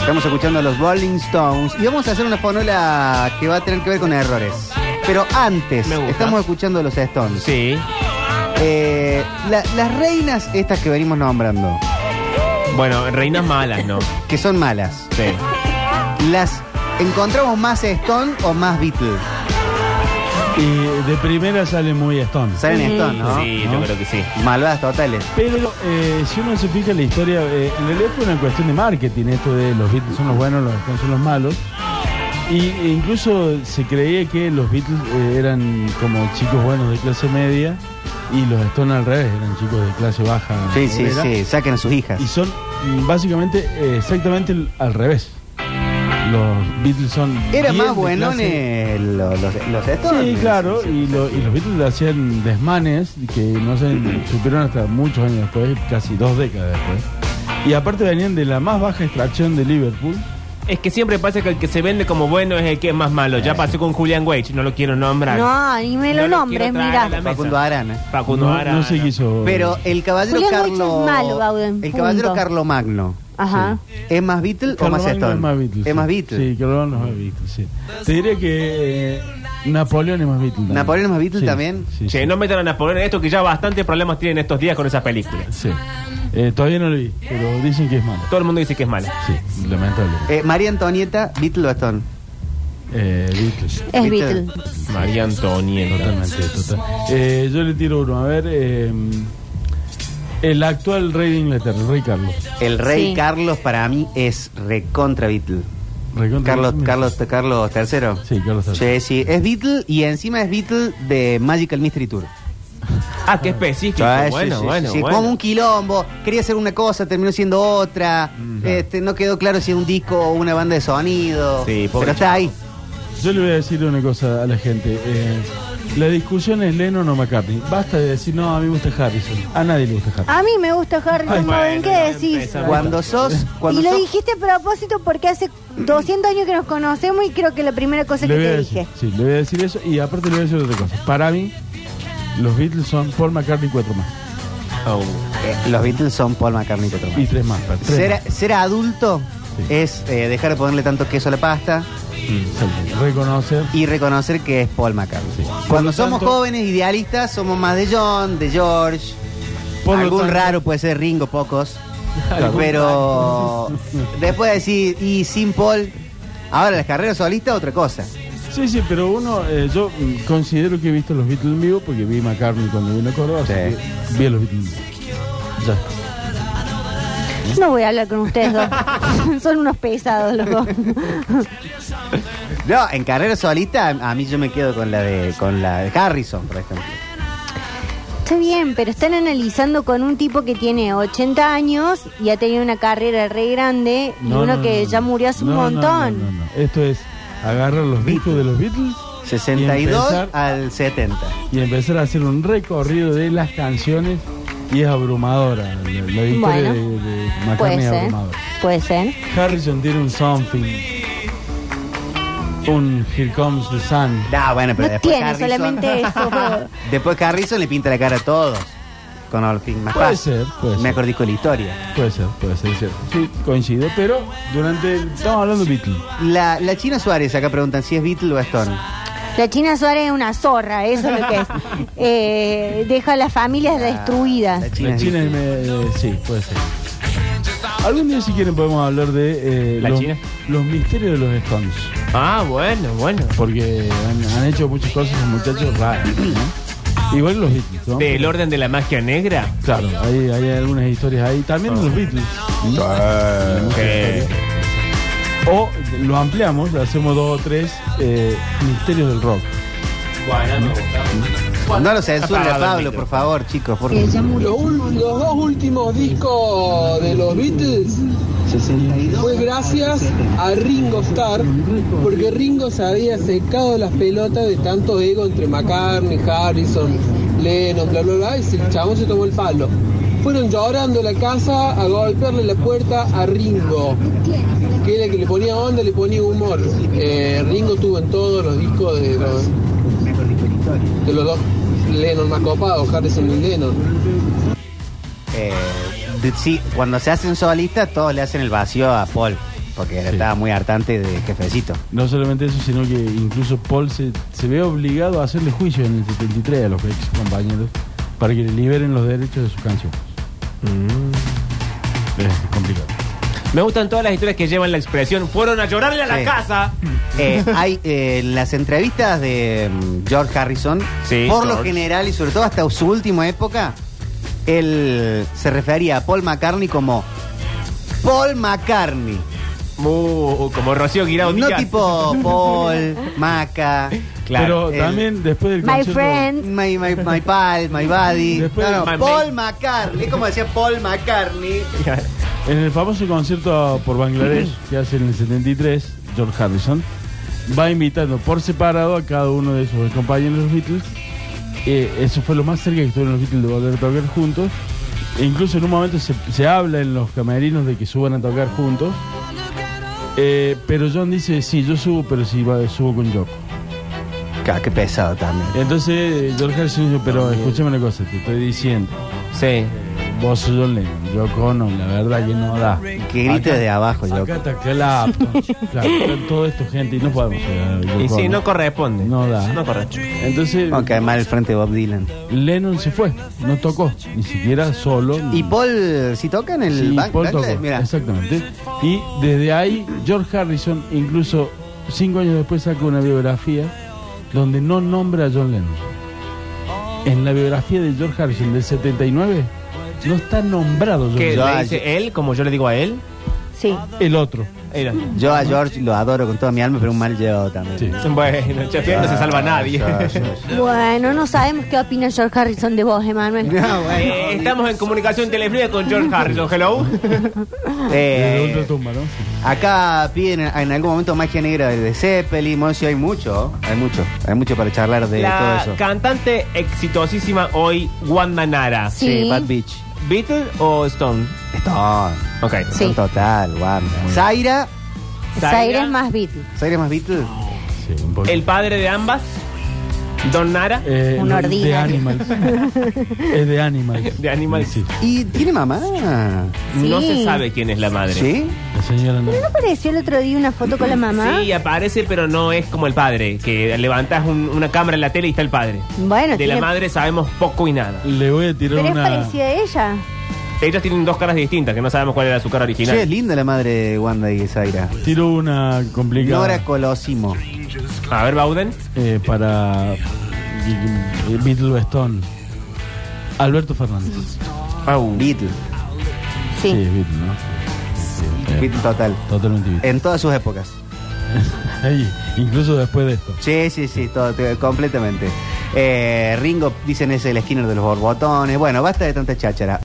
Estamos escuchando a los Rolling Stones y vamos a hacer una fonola que va a tener que ver con errores. Pero antes, Me gusta. estamos escuchando a los Stones. Sí. Eh, la- las reinas estas que venimos nombrando, Bueno, reinas malas, ¿no? que son malas, Sí. ¿las encontramos más Stone o más Beatle? Y de primera sale muy Stone. Salen Stone, ¿no? Sí, yo ¿No? creo que sí. Malvadas totales. Pero eh, si uno se fija en la historia, eh, en realidad fue una cuestión de marketing esto de los Beatles son los buenos, los Stones son los malos. Y e incluso se creía que los Beatles eh, eran como chicos buenos de clase media y los Stones al revés, eran chicos de clase baja. Sí, sí, obrera. sí, saquen a sus hijas. Y son mm, básicamente eh, exactamente el- al revés. Los Beatles son... Era más bien de clase- buenones los, los, los Stones. Sí, claro, y, lo- y los Beatles hacían desmanes que no se supieron hasta muchos años después, casi dos décadas después. Y aparte venían de la más baja extracción de Liverpool. Es que siempre pasa que el que se vende como bueno es el que es más malo. Ya pasó con Julian Wage, no lo quiero nombrar. No, ni me lo No lo nombres, quiero traer mira. a la- Facundo Arana. Facundo no, Arana. no se quiso. Pero el caballero Julián Boich es Carlo. malo, Bauden, el caballero punto. Carlo Magno. Ajá. ¿Es más Beatle o más Carlos Magno Stone? es más Beatles. Es más sí. Beatle. Sí, Carlos Magno es más Beatles, sí. Te diría que eh, Napoleón es más Beatles. también. ¿Napoleón es más Beatles Sí, también? Sí, Che, sí. no metan a Napoleón en esto que ya bastantes problemas tienen estos días con esas películas. Sí. Eh, todavía no lo vi, pero dicen que es malo. Todo el mundo dice que es mala. Sí, lamentable. Eh, María Antonieta, Beatle o Stone. Eh, Beatles. Es Viste. Beatle. María Antonieta. Totalmente, total. Eh, yo le tiro uno, a ver. eh, el actual rey de Inglaterra, el rey Carlos. El rey Sí. Carlos para mí es recontra Beatle. Recontra- Carlos, Carlos, Carlos III. Sí, Carlos Sí, III. sí. Es Beatle y encima es Beatle de Magical Mystery Tour. Ah, qué específico. Ah, sí, bueno, sí, sí, bueno, sí. bueno. Como un quilombo. Quería hacer una cosa, terminó siendo otra. Mm, Este, no quedó claro si es un disco o una banda de sonido. Sí, pobre pero está ahí. Yo le voy a decir una cosa a la gente. eh, la discusión es Lennon o McCartney. Basta de decir, no, a mí me gusta Harrison. A nadie le gusta Harrison. A mí me gusta Harrison bueno, Bauden, ¿qué ya decís? empezamos. Cuando sos. Cuando Y lo sos- dijiste a propósito porque hace 200 años que nos conocemos y creo que la primera cosa le que voy a te decir, dije. sí, le voy a decir eso y aparte le voy a decir otra cosa. Para mí, los Beatles son Paul McCartney y cuatro más. Oh. Eh, los Beatles son Paul McCartney. Peter Pan. Y tres más. perdón, tres Ser, más. ser adulto Sí. es eh, dejar de ponerle tanto queso a la pasta Exacto. Mm, Reconocer. y reconocer que es Paul McCartney. Sí. Por Cuando lo somos tanto- jóvenes idealistas, somos más de John, de George. Por lo algún tanto- raro puede ser Ringo, pocos. Algún pero raro. después decir, y sin Paul. Ahora, las carreras solistas, otra cosa. Sí, sí, pero uno, eh, yo mm, considero que he visto los Beatles en vivo porque vi McCartney cuando vino a Córdoba, así Sí. que vi a los Beatles en vivo. Ya está. No voy a hablar con ustedes dos. Son unos pesados los dos. No, en carrera solista, a mí yo me quedo con la de, con la de Harrison, por ejemplo. Está bien, pero están analizando con un tipo que tiene 80 años y ha tenido una carrera re grande y No, uno no, que no, ya no. murió hace un No, no, montón. no, no, no. Esto es agarrar los discos de los Beatles y 62 empezar, al 70. y empezar a hacer un recorrido de las canciones y es abrumadora. La, la victoria Bueno, de, de McCartney Puede es ser, abrumadora. puede ser. Harrison tiene un something, un Here Comes the Sun. No, bueno, pero No después tiene Harrison- solamente eso. pero- Después Harrison le pinta la cara a todos. Con All Things Must Puede Pass. ser, puede ser. Mejor disco de la historia. Puede ser, puede ser, es cierto. Sí, coincido, pero durante. el- Estamos hablando de Beatles. La, la China Suárez, acá preguntan si es Beatle o Stone. La China Suárez es una zorra, eso es lo que es. Eh, deja a las familias Ah, La destruidas. China, La es China es Beatle. me- eh, sí, puede ser. Algún día si quieren podemos hablar de eh, ¿La los, China? los misterios de los Stones, Ah, bueno, bueno. porque han, han hecho muchas cosas los muchachos raras. ¿no? Igual los Beatles, ¿no? Del orden de la magia negra. Claro, hay, hay algunas historias ahí, también Oh. de los Beatles. que- O lo ampliamos, hacemos dos o tres eh, misterios del rock. No lo censure, Apagado el Pablo, micro. por favor, chicos. Por... Lo ul- los dos últimos discos de los Beatles fue gracias a Ringo Starr, porque Ringo se había secado las pelotas de tanto ego entre McCartney, Harrison, Lennon, bla, bla, bla, y el chabón se tomó el palo. Fueron llorando a la casa a golpearle la puerta a Ringo, que era el que le ponía onda, le ponía humor. Eh, Ringo estuvo en todos los discos de los, de los dos Lennon más copados, Harrison y Lennon. Eh, de- sí, cuando se hacen solistas, todos le hacen el vacío a Paul. porque era- Sí. estaba muy hartante de jefecito. No solamente eso, sino que incluso Paul se, se ve obligado a hacerle juicio en el 73 a los ex compañeros para que le liberen los derechos de sus canciones. Es complicado. Me gustan todas las historias que llevan la expresión. Fueron a llorarle a la Sí. casa. Eh, hay eh, en las entrevistas de mm, George Harrison, Sí, por lo George. general y sobre todo hasta su última época, él se refería a Paul McCartney como Paul McCartney. Uh, como Rocío Guirao No Díaz. tipo Paul, Maca, Claro. Pero el- también después del My concierto... friend. my, my, my pal, my buddy. Después No, no, del- my Paul McCartney, es como decía Paul McCartney. En el famoso concierto por Bangladesh que hace en el 73, George Harrison va invitando por separado a cada uno de sus compañeros de los Beatles. Eh, eso fue lo más cerca que estuvieron los Beatles de volver a tocar juntos. E incluso en un momento se, se habla en los camerinos de que suban a tocar juntos. Eh, pero John dice, sí, yo subo, pero sí va- subo con Yoko. Claro, qué pesado también. Entonces eh, George Harrison dice, pero escúchame una cosa, te estoy diciendo. Sí. Vos sos John Lennon, Yoko no, la verdad que no da. Que grite Acá- de abajo, yo. Acá está Clapton. Claro, está todo esto gente y no podemos eh, llegar. al Y Yoko sí, Ono. no corresponde. No da. No corresponde. Entonces, No, que además el frente de Bob Dylan. Lennon se fue, no tocó, ni siquiera solo. ¿Y Paul, si toca en el Sí, Ban- Paul Bangladesh? tocó, Mira. Exactamente. Y desde ahí, George Harrison, incluso cinco años después, sacó una biografía donde no nombra a John Lennon. En la biografía de George Harrison del 79, no está nombrado John ¿Qué Yo Lennon. le a- dice él, como yo le digo a él? Sí. El otro. Él- Yo a George lo adoro con toda mi alma, pero un mal llevado también. Ah, Sí. Bueno, Chafier no se salva a nadie. Bueno, no sabemos qué opina George Harrison de vos, Emanuel. No, bueno. Eh, estamos en comunicación telefónica con George Harrison. Hello. Eh, Desde otra tumba, ¿no? acá piden en algún momento magia negra de Zeppelin, Monsi, hay mucho, hay mucho, hay mucho para charlar de La todo eso. cantante exitosísima hoy, Wanda Nara. Sí. Eh, Bad Beach. ¿Beatle o Stone? Stone. Ok. Sí. Stone total, Wanda. Zaira. Zaire es más Beatle. ¿Zaira es más Beatle? Sí, un poco. El padre de ambas, Don Nara. Eh, Un no, De ordinario. Animals. es de Animals. De Animals. Eh, Sí. ¿Y tiene mamá? No Sí. se sabe quién es la madre. ¿Sí? La señora no. ¿No apareció el otro día una foto con la mamá? Sí, aparece, pero no es como el padre, que levantas un- una cámara en la tele y está el padre. Bueno, De la tiene- madre sabemos poco y nada. Le voy a tirar pero es una. parecida a ella. Ellos tienen dos caras distintas, que no sabemos cuál era su cara Sí, original. es linda la madre de Wanda y Zaira. Tiro una complicada. Nora Colosimo. A ver, Bauden. eh, para. Beatle Stone. Alberto Fernández. Beatle. Sí. es Beatle, ¿no? Sí, eh, Beatle Eh. total. Totalmente Beatle. En todas sus épocas. Ey, incluso después de esto. Sí, sí, sí, todo, te- completamente. Eh, Ringo, dicen, es el skinner de los borbotones. Bueno, basta de tanta cháchara.